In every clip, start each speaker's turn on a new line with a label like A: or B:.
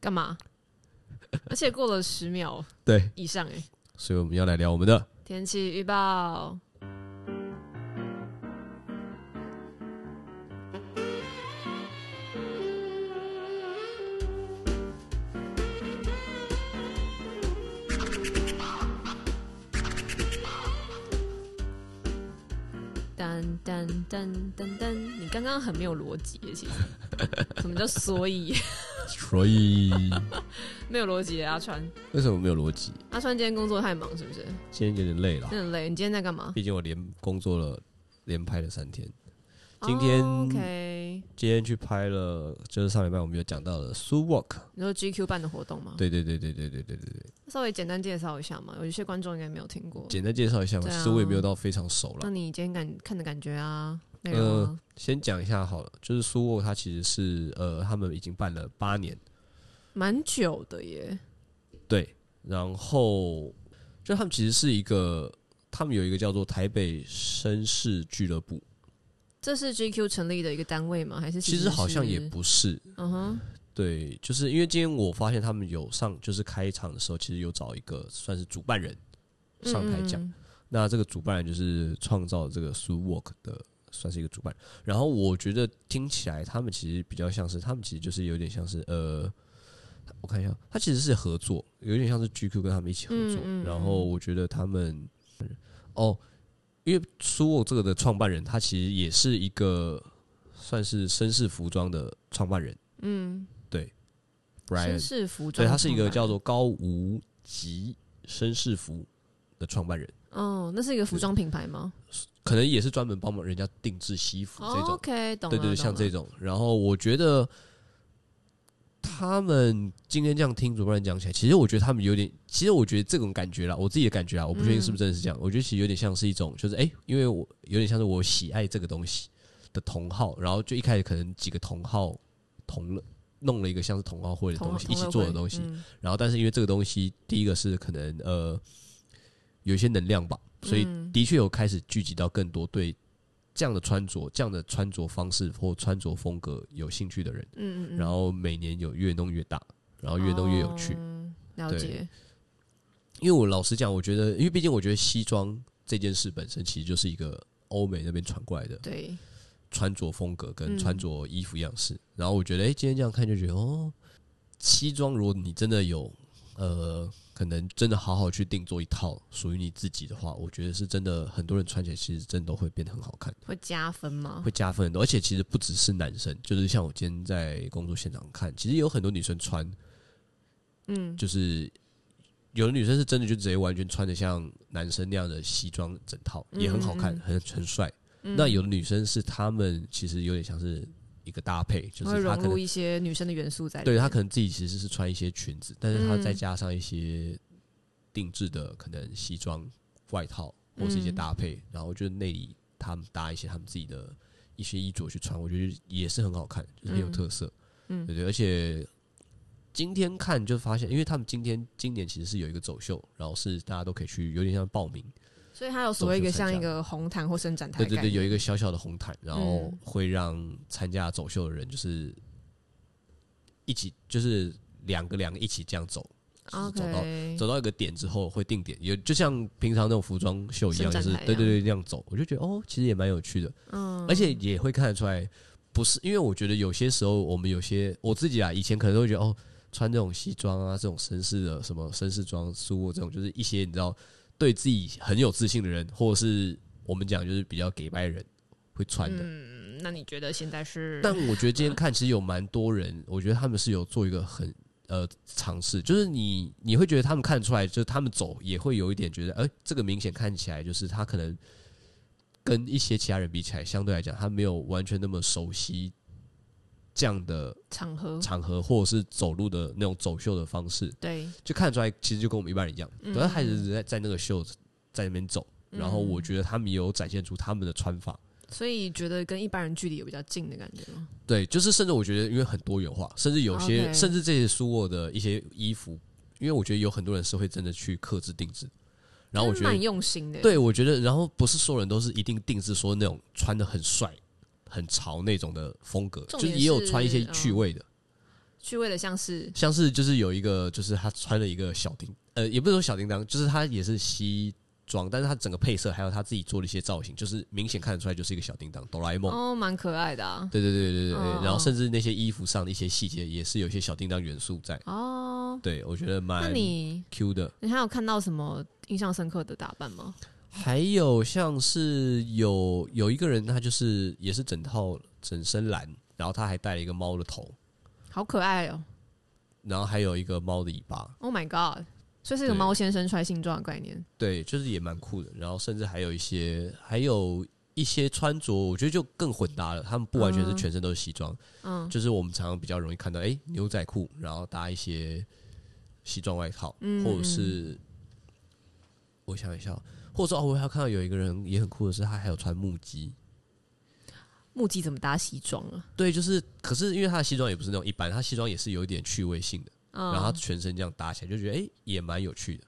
A: 干嘛？ 而且过了十秒
B: 对，
A: 以上哎、
B: 所以我们要来聊我们的
A: 天气预报，噔噔噔噔噔，你刚刚很没有逻辑欸耶，其实什么叫所以
B: 所以
A: 没有逻辑耶？阿川，
B: 为什么没有逻辑？
A: 阿川今天工作太忙是不是？
B: 今天有点累了，
A: 真的很累。你今天在干嘛？
B: 毕竟我连工作了，连拍了三天。今天
A: 哦 OK，
B: 今天去拍了，就是上礼拜我们有讲到的 Sue Walk，
A: 你说 GQ 办的活动吗？
B: 对对对对对对对对对，
A: 稍微简单介绍一下嘛，有一些观众应该没有听过。
B: 简单介绍一下嘛，
A: 对啊
B: 其实我也没有到非常熟
A: 那
B: 了。
A: 你今天感看的感觉啊，内容啊，
B: 先讲一下好了，就是 Sue Walk 它其实是呃，他们已经办了八年，
A: 蛮、久的耶。
B: 对，然后就他们其实是一个，他们有一个叫做台北绅士俱乐部，
A: 这是 GQ 成立的一个单位吗？还是
B: 其实
A: 是
B: 好像也不是，
A: 嗯哼，
B: 对，就是因为今天我发现他们有上，就是开场的时候，其实有找一个算是主办人上台讲。
A: 嗯嗯
B: 那这个主办人就是创造这个 Sue Walk 的，算是一个主办人。然后我觉得听起来他们其实比较像是，他们其实就是有点像是呃，我看一下，他其实是合作，有点像是 GQ 跟他们一起合作。
A: 嗯嗯嗯
B: 然后我觉得他们哦，因为 Sue Walk 这个的创办人，他其实也是一个算是绅士服装的创办人
A: 嗯，绅
B: Brian，
A: 士服
B: 对，
A: 装，
B: 他是一个叫做高无极绅士服的创办人。
A: 哦，那是一个服装品牌吗、
B: 可能也是专门帮忙人家定制西服这
A: 哦、
B: 种，
A: ？OK，懂了。
B: 对对对，像
A: 懂了
B: 这种。然后我觉得他们今天这样听主办人讲起来，其实我觉得他们有点，其实我觉得这种感觉啦，我自己的感觉啦，啊我不确定是不是真的是
A: 嗯
B: 这样。我觉得其实有点像是一种，就是哎、诶因为我有点像是我喜爱这个东西的同好，然后就一开始可能几个同好同了。弄了一个像是同好会的
A: 同
B: 东西，
A: 同
B: 一
A: 乐
B: 起做的
A: 会
B: 东西，
A: 嗯
B: 然后但是因为这个东西，第一个是可能呃有一些能量吧，所以
A: 嗯
B: 的确有开始聚集到更多对这样的穿着、这样的穿着方式或穿着风格有兴趣的人。
A: 嗯嗯，
B: 然后每年有越弄越大，然后越弄越有趣。
A: 哦了
B: 对
A: 解，
B: 因为我老实讲，我觉得，因为毕竟我觉得西装这件事本身其实就是一个欧美那边传过来的
A: 对，
B: 穿着风格
A: 嗯
B: 跟穿着衣服样式。然后我觉得，哎、今天这样看就觉得，哦，西装如果你真的有，呃，可能真的好好去定做一套属于你自己的话，我觉得是真的，很多人穿起来其实真的都会变得很好看，
A: 会加分吗？
B: 会加分很多。而且其实不只是男生，就是像我今天在工作现场看，其实有很多女生穿，
A: 嗯，
B: 就是。有的女生是真的就直接完全穿的像男生那样的西装整套，也很好
A: 嗯
B: 看，
A: 嗯
B: 很很帅。
A: 嗯
B: 那有的女生是她们其实有点像是一个搭配，就
A: 会
B: 是她
A: 融
B: 可
A: 入
B: 能
A: 一些女生的元素在里面。
B: 对她可能自己其实是穿一些裙子，但是她
A: 嗯
B: 再加上一些定制的可能西装、外套或是一些
A: 嗯
B: 搭配，然后就是内里她们搭一些她们自己的一些衣着去穿，我觉得也是很好看，就是很有
A: 嗯
B: 特色。
A: 嗯
B: 对对，而且。今天看就发现，因为他们今天今年其实是有一个走秀，然后是大家都可以去，有点像报名，
A: 所以它有所谓一个
B: 走秀
A: 像
B: 参加
A: 一个红毯或伸展台
B: 对
A: 的
B: 对
A: 概
B: 对，
A: 念，
B: 有一个小小的红毯，然后
A: 嗯
B: 会让参加走秀的人就是一起，就是两个两个一起这样走，就是走到
A: OK，
B: 走到一个点之后会定点，也就像平常那种服装秀一
A: 伸
B: 样，
A: 展
B: 就是
A: 台一
B: 对对
A: 样
B: 对那样走，我就觉得哦，其实也蛮有趣的，
A: 嗯，
B: 而且也会看得出来，不是因为我觉得有些时候我们有些我自己啊，以前可能都会觉得哦，穿这种西装啊，这种绅士的什么绅士装、苏沃这种，就是一些你知道对自己很有自信的人，或者是我们讲就是比较给拜人会穿的。
A: 嗯，那你觉得现在是？
B: 但我觉得今天看，其实有蛮多人，我觉得他们是有做一个很呃尝试，就是你你会觉得他们看出来，就是他们走也会有一点觉得，哎、这个明显看起来就是他可能跟一些其他人比起来，相对来讲，他没有完全那么熟悉这样的
A: 场合
B: 场合，或者是走路的那种走秀的方式，
A: 对，
B: 就看出来其实就跟我们一般人一样，
A: 嗯
B: 主要还是在在那个秀在那边走。然后我觉得他们也有展现出他们的穿法，
A: 所以觉得跟一般人距离有比较近的感觉吗？
B: 对，就是甚至我觉得，因为很多元化，甚至有些
A: OK
B: 甚至这些苏沃的一些衣服，因为我觉得有很多人是会真的去克制定制，然后我觉
A: 真的蛮
B: 得，
A: 用心的，，
B: 对我觉得，然后不是所有人都是一定定制说那种穿的很帅、很潮那种的风格，
A: 重
B: 就
A: 点
B: 也有穿一些
A: 是嗯
B: 趣味的，
A: 趣味的像是
B: 像是就是有一个，就是他穿了一个小叮，呃，也不是说小叮当，就是他也是西装，但是他整个配色还有他自己做的一些造型，就是明显看得出来就是一个小叮当，哆啦 A 梦。
A: 哦，蛮可爱的啊。
B: 对对对对对对，
A: 哦
B: 然后甚至那些衣服上的一些细节也是有一些小叮当元素在，
A: 哦，
B: 对我觉得
A: 那
B: 蛮
A: 你
B: Q 的。
A: 你还有看到什么印象深刻的打扮吗？
B: 还有像是有有一个人，他就是也是整套整身蓝，然后他还戴了一个猫的头，
A: 好可爱哦
B: 然后还有一个猫的尾巴，
A: ！Oh my god！所以是一个
B: 对
A: 猫先生穿新装的概念。
B: 对，就是也蛮酷的。然后甚至还有一些，还有一些穿着，我觉得就更混搭了。他们不完全是
A: 嗯
B: 全身都是西装，
A: 嗯
B: 就是我们常常比较容易看到，哎、牛仔裤，然后搭一些西装外套，
A: 嗯
B: 或者是我想一下哦，或者说哦，我还有看到有一个人也很酷的是，他还有穿木屐。
A: 木屐怎么搭西装啊？
B: 对，就是，可是因为他的西装也不是那种一般，他西装也是有一点趣味性的，
A: 嗯，
B: 然后他全身这样搭起来，就觉得哎、诶也蛮有趣的。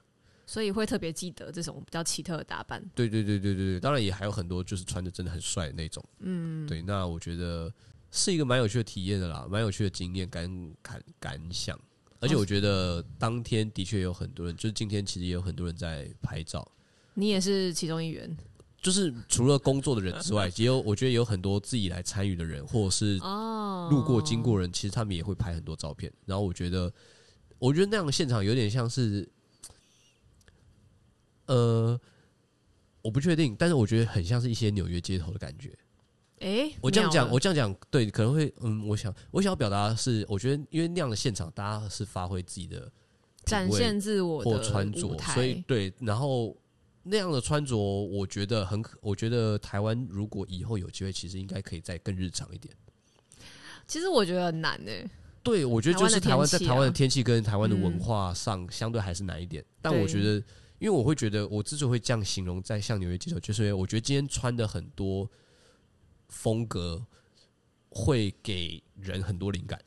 A: 所以会特别记得这种比较奇特的打扮。
B: 对对对对对对，当然也还有很多就是穿的真的很帅的那种，
A: 嗯，
B: 对，那我觉得是一个蛮有趣的体验的啦，蛮有趣的经验感感感想，而且我觉得当天的确有很多人，就是今天其实也有很多人在拍照，
A: 你也是其中一员
B: 就是除了工作的人之外，也有我觉得也有很多自己来参与的人，或者是
A: 哦。
B: 路过经过人，其实他们也会拍很多照片。然后我觉得，我觉得那样的现场有点像是，呃，我不确定，但是我觉得很像是一些纽约街头的感觉。
A: 诶，
B: 我这样
A: 妙
B: 讲，
A: 了
B: 我这样讲，对，可能会，嗯，我想，我想要表达的是，我觉得因为那样的现场，大家是发挥自己的
A: 展
B: 品味
A: 现自我
B: 或
A: 的
B: 穿
A: 舞
B: 着，
A: 台
B: 所以对，然后那样的穿着，我觉得很可，我觉得台湾如果以后有机会，其实应该可以再更日常一点。
A: 其实我觉得很难欸诶、
B: 对，我觉得就是
A: 台
B: 台
A: 湾
B: 湾
A: 的
B: 在
A: 天气啊嗯
B: 台湾的天气跟台湾的文化上相对还是难一点，但我觉得，因为我会觉得我之所以会这样形容在像纽约街头，就是因为我觉得今天穿的很多风格会给人很多灵感，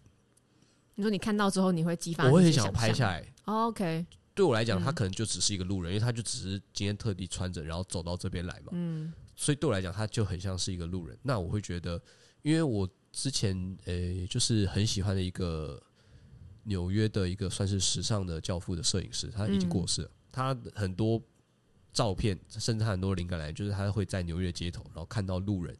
A: 你说你看到之后，你会激发
B: 我会
A: 你
B: 很
A: 一些
B: 想要
A: 想
B: 拍下
A: 象。
B: 来。
A: 哦 OK，
B: 对我来讲，
A: 嗯
B: 他可能就只是一个路人，因为他就只是今天特地穿着，然后走到这边来嘛。
A: 嗯，
B: 所以对我来讲，他就很像是一个路人。那我会觉得，因为我之前呃、就是很喜欢的一个纽约的一个算是时尚的教父的摄影师，他已
A: 嗯
B: 经过世了。他很多照片，甚至他很多灵感来源，就是他会在纽约街头，然后看到路人，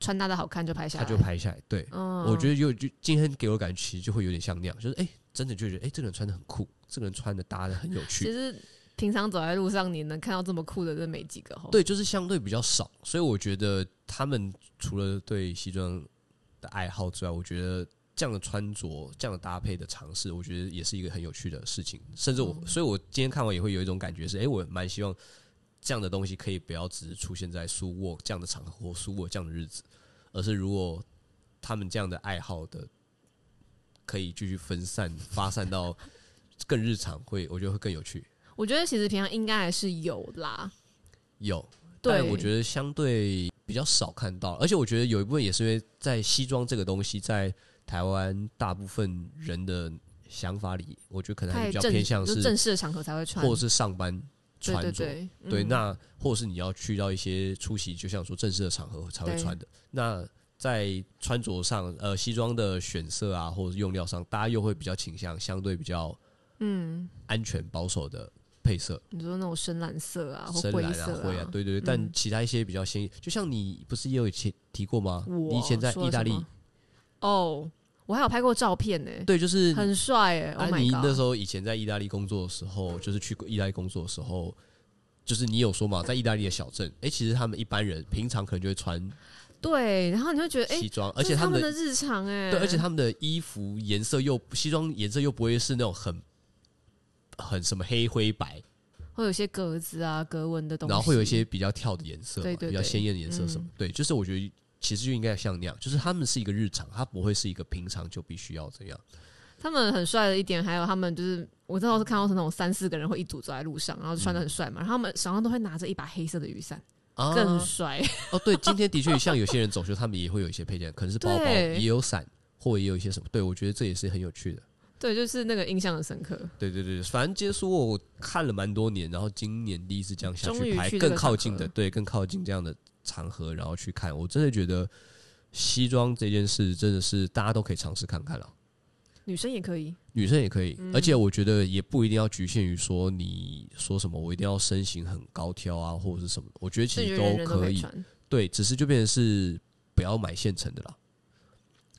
A: 穿搭的好看就拍下
B: 他
A: 来，
B: 就。拍下来。对，
A: 嗯，
B: 我觉得有就今天给我的感觉，其实就会有点像那样，就是哎、真的就觉得哎、这个人穿的很酷，这个人穿的搭的很有趣
A: 其。实平常走在路上，你能看到这么酷的人没几个哦。，
B: 对，就是相对比较少，所以我觉得他们除了对西装的爱好之外，我觉得这样的穿着、这样的搭配的尝试，我觉得也是一个很有趣的事情。甚至我，所以我今天看完也会有一种感觉是，哎、我蛮希望这样的东西可以不要只是出现在苏沃这样的场合或苏沃这样的日子，而是如果他们这样的爱好的可以继续分散发散到更日常，会我觉得会更有趣。
A: 我觉得其实平常应该还是有啦。
B: 有，
A: 对，
B: 但我觉得相对比较少看到，而且我觉得有一部分也是因为在西装这个东西，在台湾大部分人的想法里，我觉得可能还
A: 太
B: 比较
A: 正
B: 偏向
A: 就正
B: 是，
A: 式的场合才会穿，
B: 或者是上班
A: 对
B: 穿
A: 对
B: 着。
A: 对
B: 对，
A: 嗯
B: 那或者是你要去到一些出席，就像说正式的场合才会
A: 对
B: 穿的。那在穿着上，呃，西装的选色啊，或者是用料上，大家又会比较倾向相对比较
A: 嗯，
B: 安全保守的配色。
A: 你说那种深蓝色啊或
B: 深
A: 灰
B: 蓝
A: 色
B: 灰啊，对对对，但
A: 嗯
B: 其他一些比较鲜艳，就像你不是也有提提过吗？
A: 我
B: 啊你以前在
A: 说
B: 意大
A: 什
B: 利
A: 么，哦，我还有拍过照片呢，
B: 对，就是
A: 很帅哎，Oh
B: 安
A: my
B: 妮
A: god！
B: 那时候以前在意大利工作的时候，就是去意大利工作的时候，就是你有说嘛，在意大利的小镇，哎，其实他们一般人平常可能就会穿
A: 对，然后你会觉得，哎、
B: 西装，
A: 这
B: 而且
A: 是他
B: 们
A: 的日常、哎，
B: 对，而且他们的衣服颜色又西装颜色又不会是那种很很什么黑灰白，
A: 会有一些格子啊、格纹的东西，
B: 然后会有一些比较跳的颜色嘛，
A: 对对嗯
B: 比较
A: 对
B: 鲜艳的颜色什么，对，就是我觉得其实就应该像那样，就是他们是一个日常，它不会是一个平常就必须要这样。
A: 他们很帅的一点，还有他们就是我知道是看到是那种三四个人会一组走在路上，然后就穿的很帅嘛，然后他们手上都会拿着一把黑色的雨伞，
B: 嗯啊
A: 更帅。
B: 哦，对，今天的确像有些人走秀，他们也会有一些配件，可能是包包，
A: 对
B: 也有伞，或者也有一些什么。对，我觉得这也是很有趣的。
A: 对，就是那个印象很深刻。
B: 对对对，反正接触我我看了蛮多年，然后今年第一次这样下
A: 终于
B: 去拍，
A: 去这个
B: 更靠近
A: 场
B: 的，
A: 合
B: 对，更靠近这样的场合，然后去看，我真的觉得西装这件事真的是大家都可以尝试看看了。
A: 女生也可以，
B: 女生也可以，
A: 嗯
B: 而且我觉得也不一定要局限于说你说什么我一定要身形很高挑啊，或者是什么，我觉得其
A: 所以
B: 实
A: 人人都
B: 可
A: 可以
B: 以。
A: 穿。
B: 对，只是就变成是不要买现成的啦。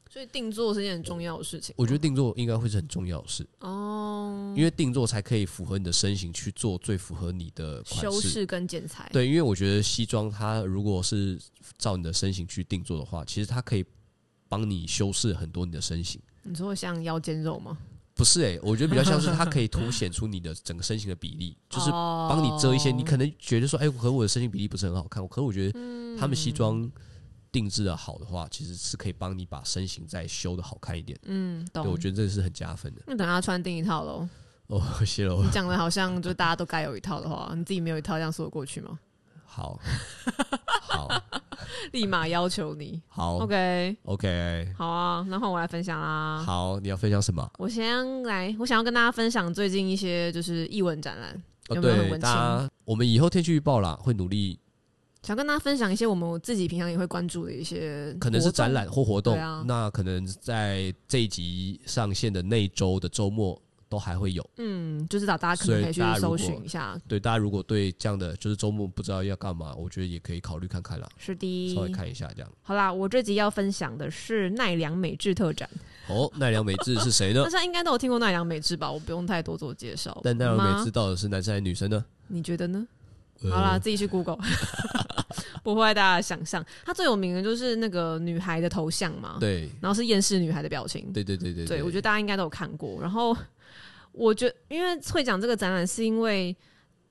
A: 所以定做是一件很重要的事情。
B: 我觉得定做应该会是很重要的事，
A: 哦，
B: 因为定做才可以符合你的身形去做最符合你的款
A: 修
B: 式。
A: 饰跟剪裁，
B: 对，因为我觉得西装它如果是照你的身形去定做的话，其实它可以帮你修饰很多你的身形。
A: 你说像腰间肉吗？
B: 不是诶、我觉得比较像是它可以凸显出你的整个身形的比例，就是帮
A: 帮
B: 你遮一些。你可能觉得说，哎、可我的身形比例不是很好看，可我觉得
A: 嗯
B: 他们西装定制的好的话，其实是可以帮你把身形再修的好看一点。
A: 嗯，
B: 对，
A: 懂
B: 我。觉得这是很加分的。
A: 那等他穿定一套喽。
B: 哦，谢了我
A: 你。讲的好像就大家都该有一套的话，你自己没有一套，这样说得过去吗？
B: 好，好，
A: 立马要求你。
B: 好
A: OK，
B: ，OK，
A: 好啊，然后我来分享啦。
B: 好，你要分享什么？
A: 我先来，我想要跟大家分享最近一些就是艺文展览，
B: 哦，
A: 有没有很
B: 对，
A: 文
B: 大家，我们以后天气预报啦，会努力，
A: 想跟大家分享一些我们自己平常也会关注的一些，
B: 可能是展。览或活动。
A: 对啊
B: 那可能在这一集上线的那一周的周末都还会有。
A: 嗯，就是找大家可能可以去搜寻一下。
B: 对，大家如果对这样的就是周末不知道要干嘛，我觉得也可以考虑看看啦，
A: 是
B: 稍微
A: 的，
B: 看一下这样。
A: 好啦，我这集要分享的是奈良美智特展，
B: 哦，奈良美智是 谁呢
A: 大？家应该都有听过奈良美智吧？我不用太多做介绍。
B: 但奈良美智
A: 吗，
B: 到底是男生还是女生呢？
A: 你觉得呢？
B: 呃
A: 好啦，，自己去 Google，不会大家想象。它最有名的就是那个女孩的头像嘛，
B: 呃对，
A: 然后是厌世女孩的表情。
B: 对对对对
A: 对，我觉得大家应该都有看过。然后我觉因为会讲这个展览，是因为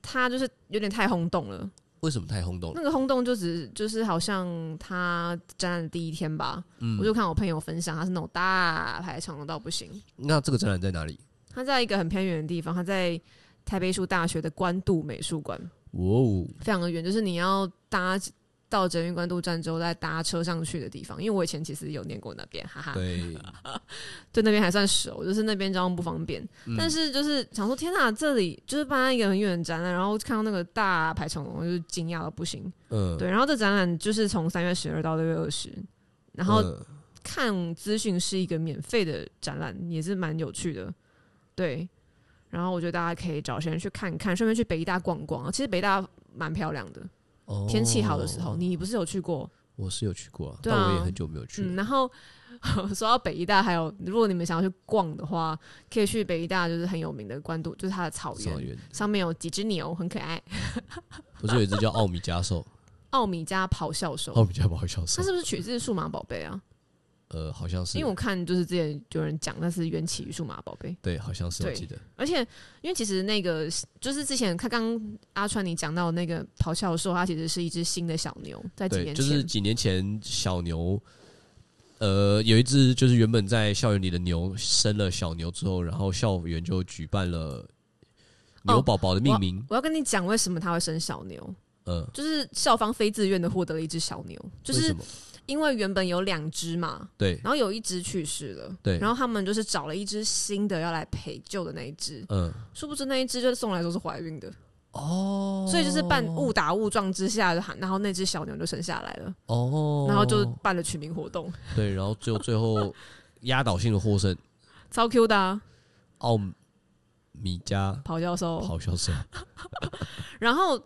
A: 它就是有点太轰动了。
B: 为什么太轰动了？
A: 那个轰动就只就是好像它展览第一天吧，
B: 嗯
A: 我就看我朋友分享，他是那种大排长龙到不行。
B: 那这个展览在哪里？
A: 他在一个很偏远的地方，他在台北艺术大学的关渡美术馆，
B: 哦，
A: 非常的远，就是你要搭到捷运关渡站之后再搭车上去的地方。因为我以前其实有念过那边，哈哈。
B: 对，
A: 对那边还算熟，就是那边交通不方便。
B: 嗯
A: 但是就是想说，天哪，这里就是办一个很远的展览，然后看到那个大排长龙，我就是惊讶到不行。
B: 嗯，
A: 对，然后这展览就是从三月十二到六月二十，然后
B: 嗯
A: 看资讯是一个免费的展览，也是蛮有趣的。对，然后我觉得大家可以找时间去看看，顺便去北医大逛逛。啊其实北医大蛮漂亮的，
B: 哦
A: 天气好的时候，你不是有去过？
B: 我是有去过啊，
A: 对
B: 但
A: 啊
B: 我也很久没有去
A: 嗯，
B: 了。
A: 然后 说到北医大，还有如果你们想要去逛的话，可以去北医大，就是很有名的关渡，就是它的草原，
B: 草原
A: 上面有几只牛，很可爱，
B: 不是有一只叫奥米 加兽，
A: 奥米加咆哮兽，
B: 奥米加不好笑
A: 它
B: 兽，
A: 是不是取自数码宝贝啊？
B: 呃，好像是
A: 因为，我看就是之前有人讲，那是缘起于数码宝贝，
B: 对，好像是我
A: 对
B: 记得，
A: 而且因为其实那个就是之前他刚阿川你讲到的那个咆哮兽，它其实是一只新的小牛，在几
B: 对，
A: 年
B: 就
A: 前，
B: 是几年前小牛，呃，有一只就是原本在校园里的牛生了小牛之后，然后校园就举办了牛宝宝的命名，
A: 哦我要跟你讲为什么它会生小牛，
B: 嗯，
A: 就是校方非自愿的获得了一只小牛，就
B: 为
A: 是
B: 什么？
A: 因为原本有两只嘛，
B: 对，
A: 然后有一只去世了，
B: 对
A: 然后他们就是找了一只新的要来陪旧的那一只，
B: 嗯，
A: 殊不知那一只就是送来的时候是怀孕的，
B: 哦，
A: 所以就是办误打误撞之下，然后那只小牛就生下来了，
B: 哦，
A: 然后就办了取名活动，
B: 对，然后最后最后压倒性的获胜，
A: 超 Q 的、啊、
B: 奥米加
A: 咆哮兽，
B: 咆哮兽，
A: 然后。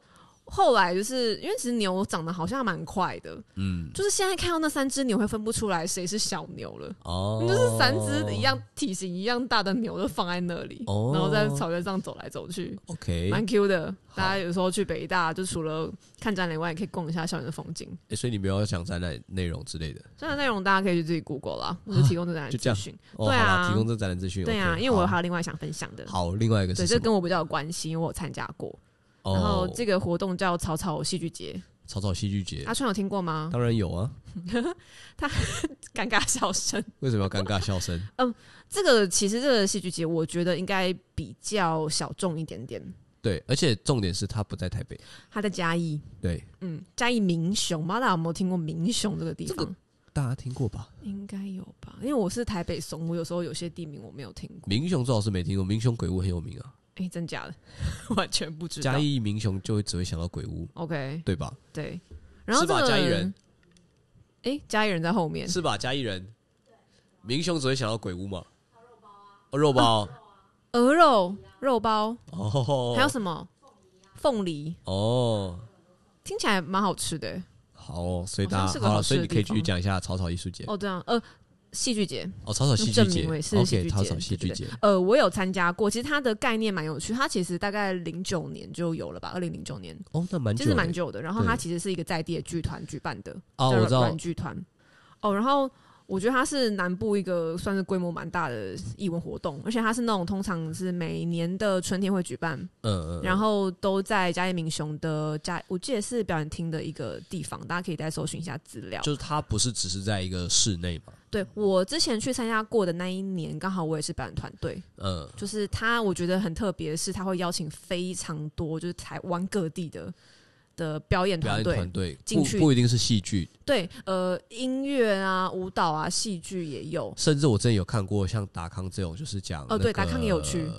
A: 后来就是因为其实牛长得好像蛮快的，
B: 嗯，
A: 就是现在看到那三只牛会分不出来谁是小牛了，
B: 哦，
A: 你就是三只一样体型一样大的牛就放在那里，
B: 哦
A: 然后在草原上走来走去。
B: ，OK，
A: 蛮 Q 的。大家有时候去北大，就除了看展览以外，也可以逛一下校园的风景。
B: 欸所以你们要讲展览内容之类的，
A: 展览内容大家可以去自己 Google 啦，我就提供这展览
B: 就这
A: 资
B: 样
A: 讯。
B: 哦，
A: 对
B: 好啦
A: 啊
B: 提供这展览资讯，
A: 对啊，
B: OK，
A: 因为我还
B: 好
A: 有另外想分享的，
B: 好，另外一个
A: 对，
B: 是
A: 这
B: 什么？
A: 跟我比较有关系，因为我有参加过。
B: 哦
A: 然后这啊个活动叫草草戏剧节，
B: 草草戏剧节
A: 阿，川有听过吗？
B: 当然有啊，
A: 尴尬笑声。
B: 为什么要尴尬 笑声？
A: 这个其实这个戏剧节，我觉得应该比较小众一点点。
B: 对，而且重点是他不在台北，
A: 它在嘉义，
B: 对，
A: 嗯，嘉义民雄，不知道大家有没有听过民雄这个地方？
B: 这大家听过吧？
A: 应该有吧，因为我是台北怂，我有时候有些地名我没有听过。
B: 明雄最好是没听过，明雄鬼屋很有名啊，
A: 哎、真假的， 完全不知道。
B: 嘉义明雄就会只会想到鬼屋，
A: OK，
B: 对吧？
A: 对。然后
B: 是
A: 这
B: 吧
A: 个
B: 嘉义人，
A: 哎、嘉义人在后面。
B: 是吧？嘉义人，明雄只会想到鬼屋嘛？
A: 啊
B: 哦 肉包
A: 鹅肉肉包，
B: 哦，
A: 还有什么凤梨，
B: 哦，
A: 听起来蛮好吃的、欸
B: 好哦，所以
A: 好像
B: 大
A: 是
B: 家
A: 个
B: 好
A: 好
B: 了，
A: 吃
B: 所以
A: 的
B: 你
A: 地
B: 可以继续
A: 方
B: 讲一下草草艺术节
A: 哦。这样，呃，戏剧节，
B: 哦，草草戏剧
A: 证
B: 节
A: 明为是戏
B: ，OK，
A: 剧
B: 草
A: 节
B: 草戏剧
A: 对
B: 节，
A: 呃，我有参加过，其实它的概念蛮有趣，它其实大概零九年就有了吧，二零零九年，
B: 哦，那蛮
A: 其
B: 久
A: 实
B: 的
A: 蛮久的。然后它
B: 对
A: 其实是一个在地的剧团举办的，叫
B: 哦，我知
A: 软
B: 道
A: 软，剧团。哦，然后我觉得它是南部一个算是规模蛮大的艺文活动，而且它是那种通常是每年的春天会举办，
B: 嗯嗯，
A: 然后都在嘉义民雄的嘉，我记得是表演厅的一个地方，大家可以再搜寻一下资料。
B: 就是它不是只是在一个室内嘛，
A: 对我之前去参加过的那一年，刚好我也是表演团队，
B: 嗯，
A: 就是他，我觉得很特别，是他会邀请非常多就是台湾各地的的表演
B: 表
A: 团
B: 演
A: 队
B: 团，队
A: 进
B: 不
A: 去
B: 不一定是戏剧，
A: 对，呃，音乐啊、舞蹈啊、戏剧也有，
B: 甚至我之前有看过像达康这种，就是讲
A: 哦，对，达康也有
B: 去
A: 去，脱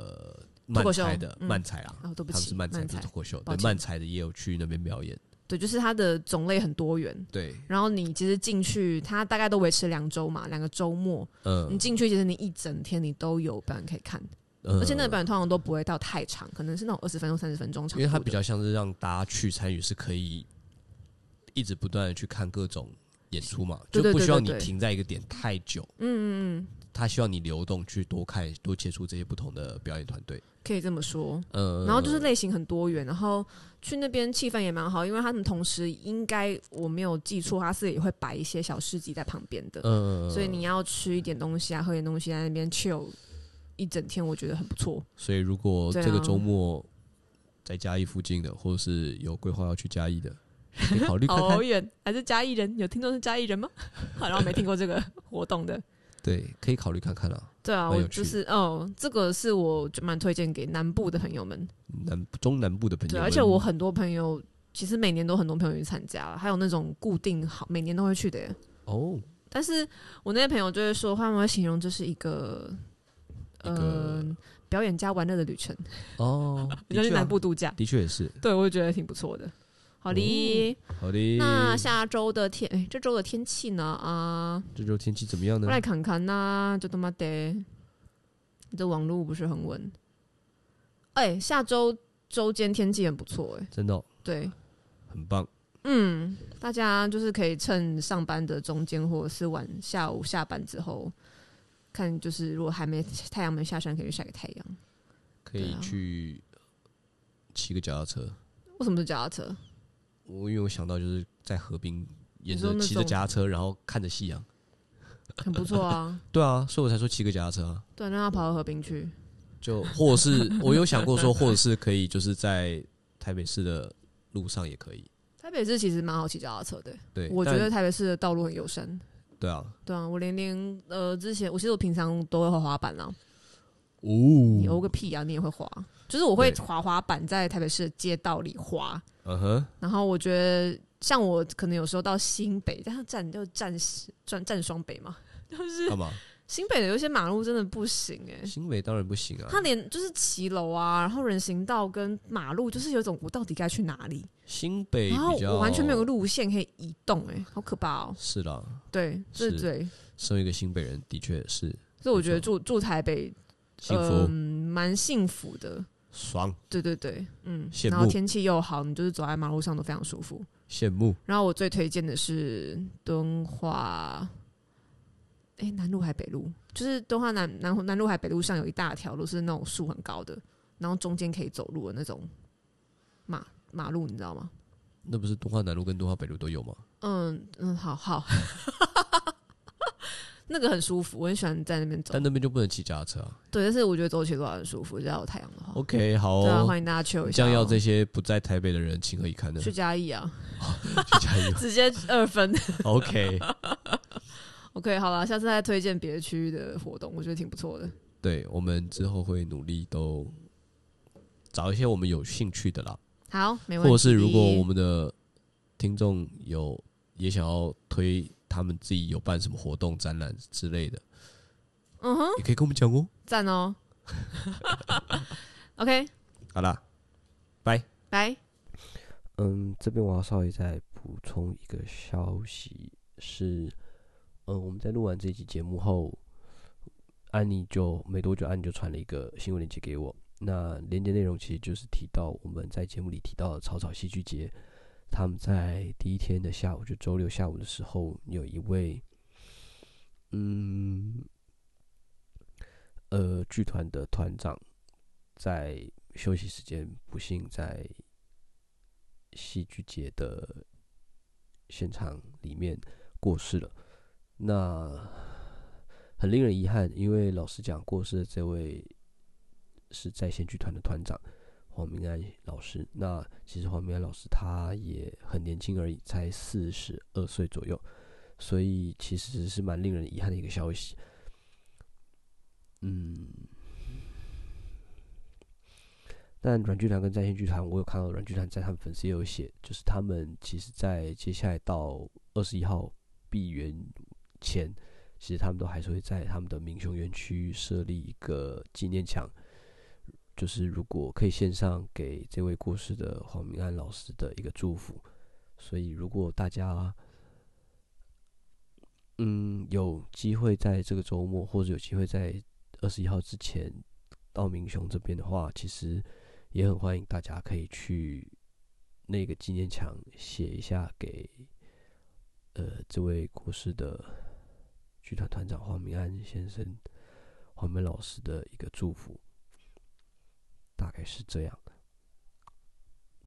B: 漫
A: 口秀
B: 才的
A: 嗯
B: 漫才啦，
A: 哦，对不
B: 他们是
A: 起，
B: 漫才
A: 漫
B: 不是
A: 才
B: 脱，口秀，
A: 抱
B: 对
A: 歉
B: 漫才的也有去那边表演，
A: 对，就是它的种类很多元。
B: 对，
A: 然后你其实进去，它大概都维持两周嘛，两个周末。你
B: 嗯，
A: 进去，其实你一整天你都有表演可以看，嗯而
B: 而
A: 且那个表演通常都不会到太长，可能是那种二十分钟、三十分钟长
B: 因
A: 度的。
B: 为它比较像是让大家去参与，是可以一直不断的去看各种演出嘛，
A: 对
B: 就
A: 对
B: 不
A: 对
B: 需要
A: 对
B: 你
A: 对
B: 停在一个点太久。
A: 嗯嗯嗯，
B: 他希望你流动去多看、多接触这些不同的表演团队。
A: 可以这么说。
B: 嗯，
A: 然后就是类型很多元，然后去那边气氛也蛮好，因为他们同时应该我没有记错，他是也会摆一些小市集在旁边的，
B: 嗯，
A: 所以你要吃一点东西啊，喝点东西，在那边 chill 一整天，我觉得很不错。
B: 所以如果
A: 对啊
B: 这个周末在嘉义附近的，或者是有规划要去嘉义的，也可以考 虑看看
A: 好。远还是嘉义人，有听众是嘉义人 吗？好，然后没听过这个活动的。
B: 对，可以考虑看看啦。
A: 对啊，
B: 蛮
A: 我
B: 有
A: 就
B: 趣
A: 是哦，这个是我就蛮推荐给南部的朋友们。
B: 南中南部的朋友
A: 对，
B: 嗯们，
A: 而且我很多朋友，其实每年都很多朋友去参加了，还有那种固定好每年都会去的耶。
B: 哦，
A: 但是我那些朋友就会说，他们会形容这是一个，
B: 一个
A: 呃，表演加玩乐的旅程，
B: 哦，
A: 就
B: 的
A: 去
B: 确
A: 南
B: 啊
A: 部度假。
B: 的确也是。
A: 对，我就觉得挺不错的。好的，
B: 好的，
A: 那下周的天，哎、这周的天气呢？啊、
B: 这周天气怎么样呢
A: 我？来看看呐、就他妈的，这网络不是很稳。哎、下周周间天气很不错，哎，
B: 真的哦
A: 对，
B: 很棒。
A: 嗯，大家就是可以趁上班的中间或者是晚下午下班之后，看就是如果还没太阳没下山，可以去晒个太阳。
B: 可
A: 对
B: 以
A: 啊
B: 去骑个脚踏车。
A: 为什么是脚踏车？
B: 我因为我想到就是在河滨沿
A: 你说
B: 着
A: 那
B: 骑着
A: 种
B: 脚踏车，然后看着夕阳。
A: 很不错 啊，
B: 对啊，所以我才说骑个脚踏车啊。
A: 对，让他跑到河滨去。
B: 就或者是我有想过说，或者是可以就是在台北市的路上也可以。
A: 台北市其实蛮好骑脚踏车的，
B: 对，
A: 我觉
B: 但
A: 得台北市的道路很友善。
B: 对啊。
A: 对啊，我连连呃，之前我其实我平常都会滑滑板啦，啊你
B: 哦，
A: 欧个屁啊，你也会滑，就是我会
B: 对
A: 滑滑板在台北市的街道里滑，
B: 嗯哼，
A: 然后我觉得，像我可能有时候到新北，但它站就站站站双北嘛，
B: 干嘛？
A: 新北的有一些马路真的不行哎、
B: 新北当然不行啊。
A: 它连就是骑楼啊，然后人行道跟马路，就是有一种我到底该去哪里，
B: 新北
A: 然后
B: 比较
A: 啊我完全没有个。路线可以移动哎、好可怕哦、
B: 是啦，
A: 对，对
B: 是
A: 对，
B: 身为一个新北人，的确是
A: 所以我觉得住住台北，
B: 幸
A: 嗯、
B: 福
A: 蛮幸福的。
B: 爽，
A: 对对对，嗯，
B: 羡
A: 然后
B: 慕
A: 天气又好，你就是走在马路上都非常舒服。
B: 羡慕。
A: 然后我最推荐的是敦化，哎、南路还北路，就是敦化南南南路还北路上有一大条路是那种树很高的，然后中间可以走路的那种马马路，你知道吗？
B: 那不是东华南路跟东华北路都有吗？
A: 嗯嗯，好好， 那个很舒服，我很喜欢在那边走
B: 但。那边就不能骑脚踏车啊。
A: 对，但是我觉得走起路还很舒服，只要有太阳的话。
B: OK，好
A: 对啊，
B: 哦、
A: 欢迎大家 chill 一下、
B: 将要
A: 哦。
B: 这些不在台北的人情何以堪呢？
A: 去
B: 去
A: 嘉义啊，
B: 加油
A: 直接二分。
B: ，OK，
A: OK，好了，下次再推荐别的区域的活动，我觉得挺不错的。
B: 对我们之后会努力都找一些我们有兴趣的啦，
A: 好，没问
B: 或
A: 题。
B: 者是如果我们的听众有也想要推他们自己有办什么活动、展览之类的，
A: 嗯哼，
B: 也可以跟我们讲哦。
A: 赞哦。OK，
B: 好啦，
A: 拜。
C: 嗯，这边我要稍微再补充一个呃消息是，嗯，我们在录完这期节目后安妮就没多久，安妮就传了一个新闻链接给我。那链接内容其实就是提到我们在节目里提到的草草戏剧节，他们在第一天的下午，就周六下午的时候，有一位，嗯，呃，剧团的团长在休息时间不幸在戏剧节的现场里面过世了。那很令人遗憾，因为老实讲，过世的这位是在线剧团的团长黄明安老师。那其实黄明安老师他也很年轻而已，才四十二岁左右，所以其实是蛮令人遗憾的一个消息。嗯，但软剧团跟在线剧团，我有看到软剧团在他们粉丝也有写，就是他们其实在接下来到二十一号闭园前，其实他们都还是会在他们的民雄园区设立一个纪念墙，就是如果可以献上给这位过世的黄明安老师的一个祝福。所以，如果大家嗯有机会在这个周末，或者有机会在二十一号之前到民雄这边的话，其实也很欢迎大家可以去那个纪念墙写一下给呃这位过世的剧团团长黄明安先生、黄明老师的一个祝福，大概是这样。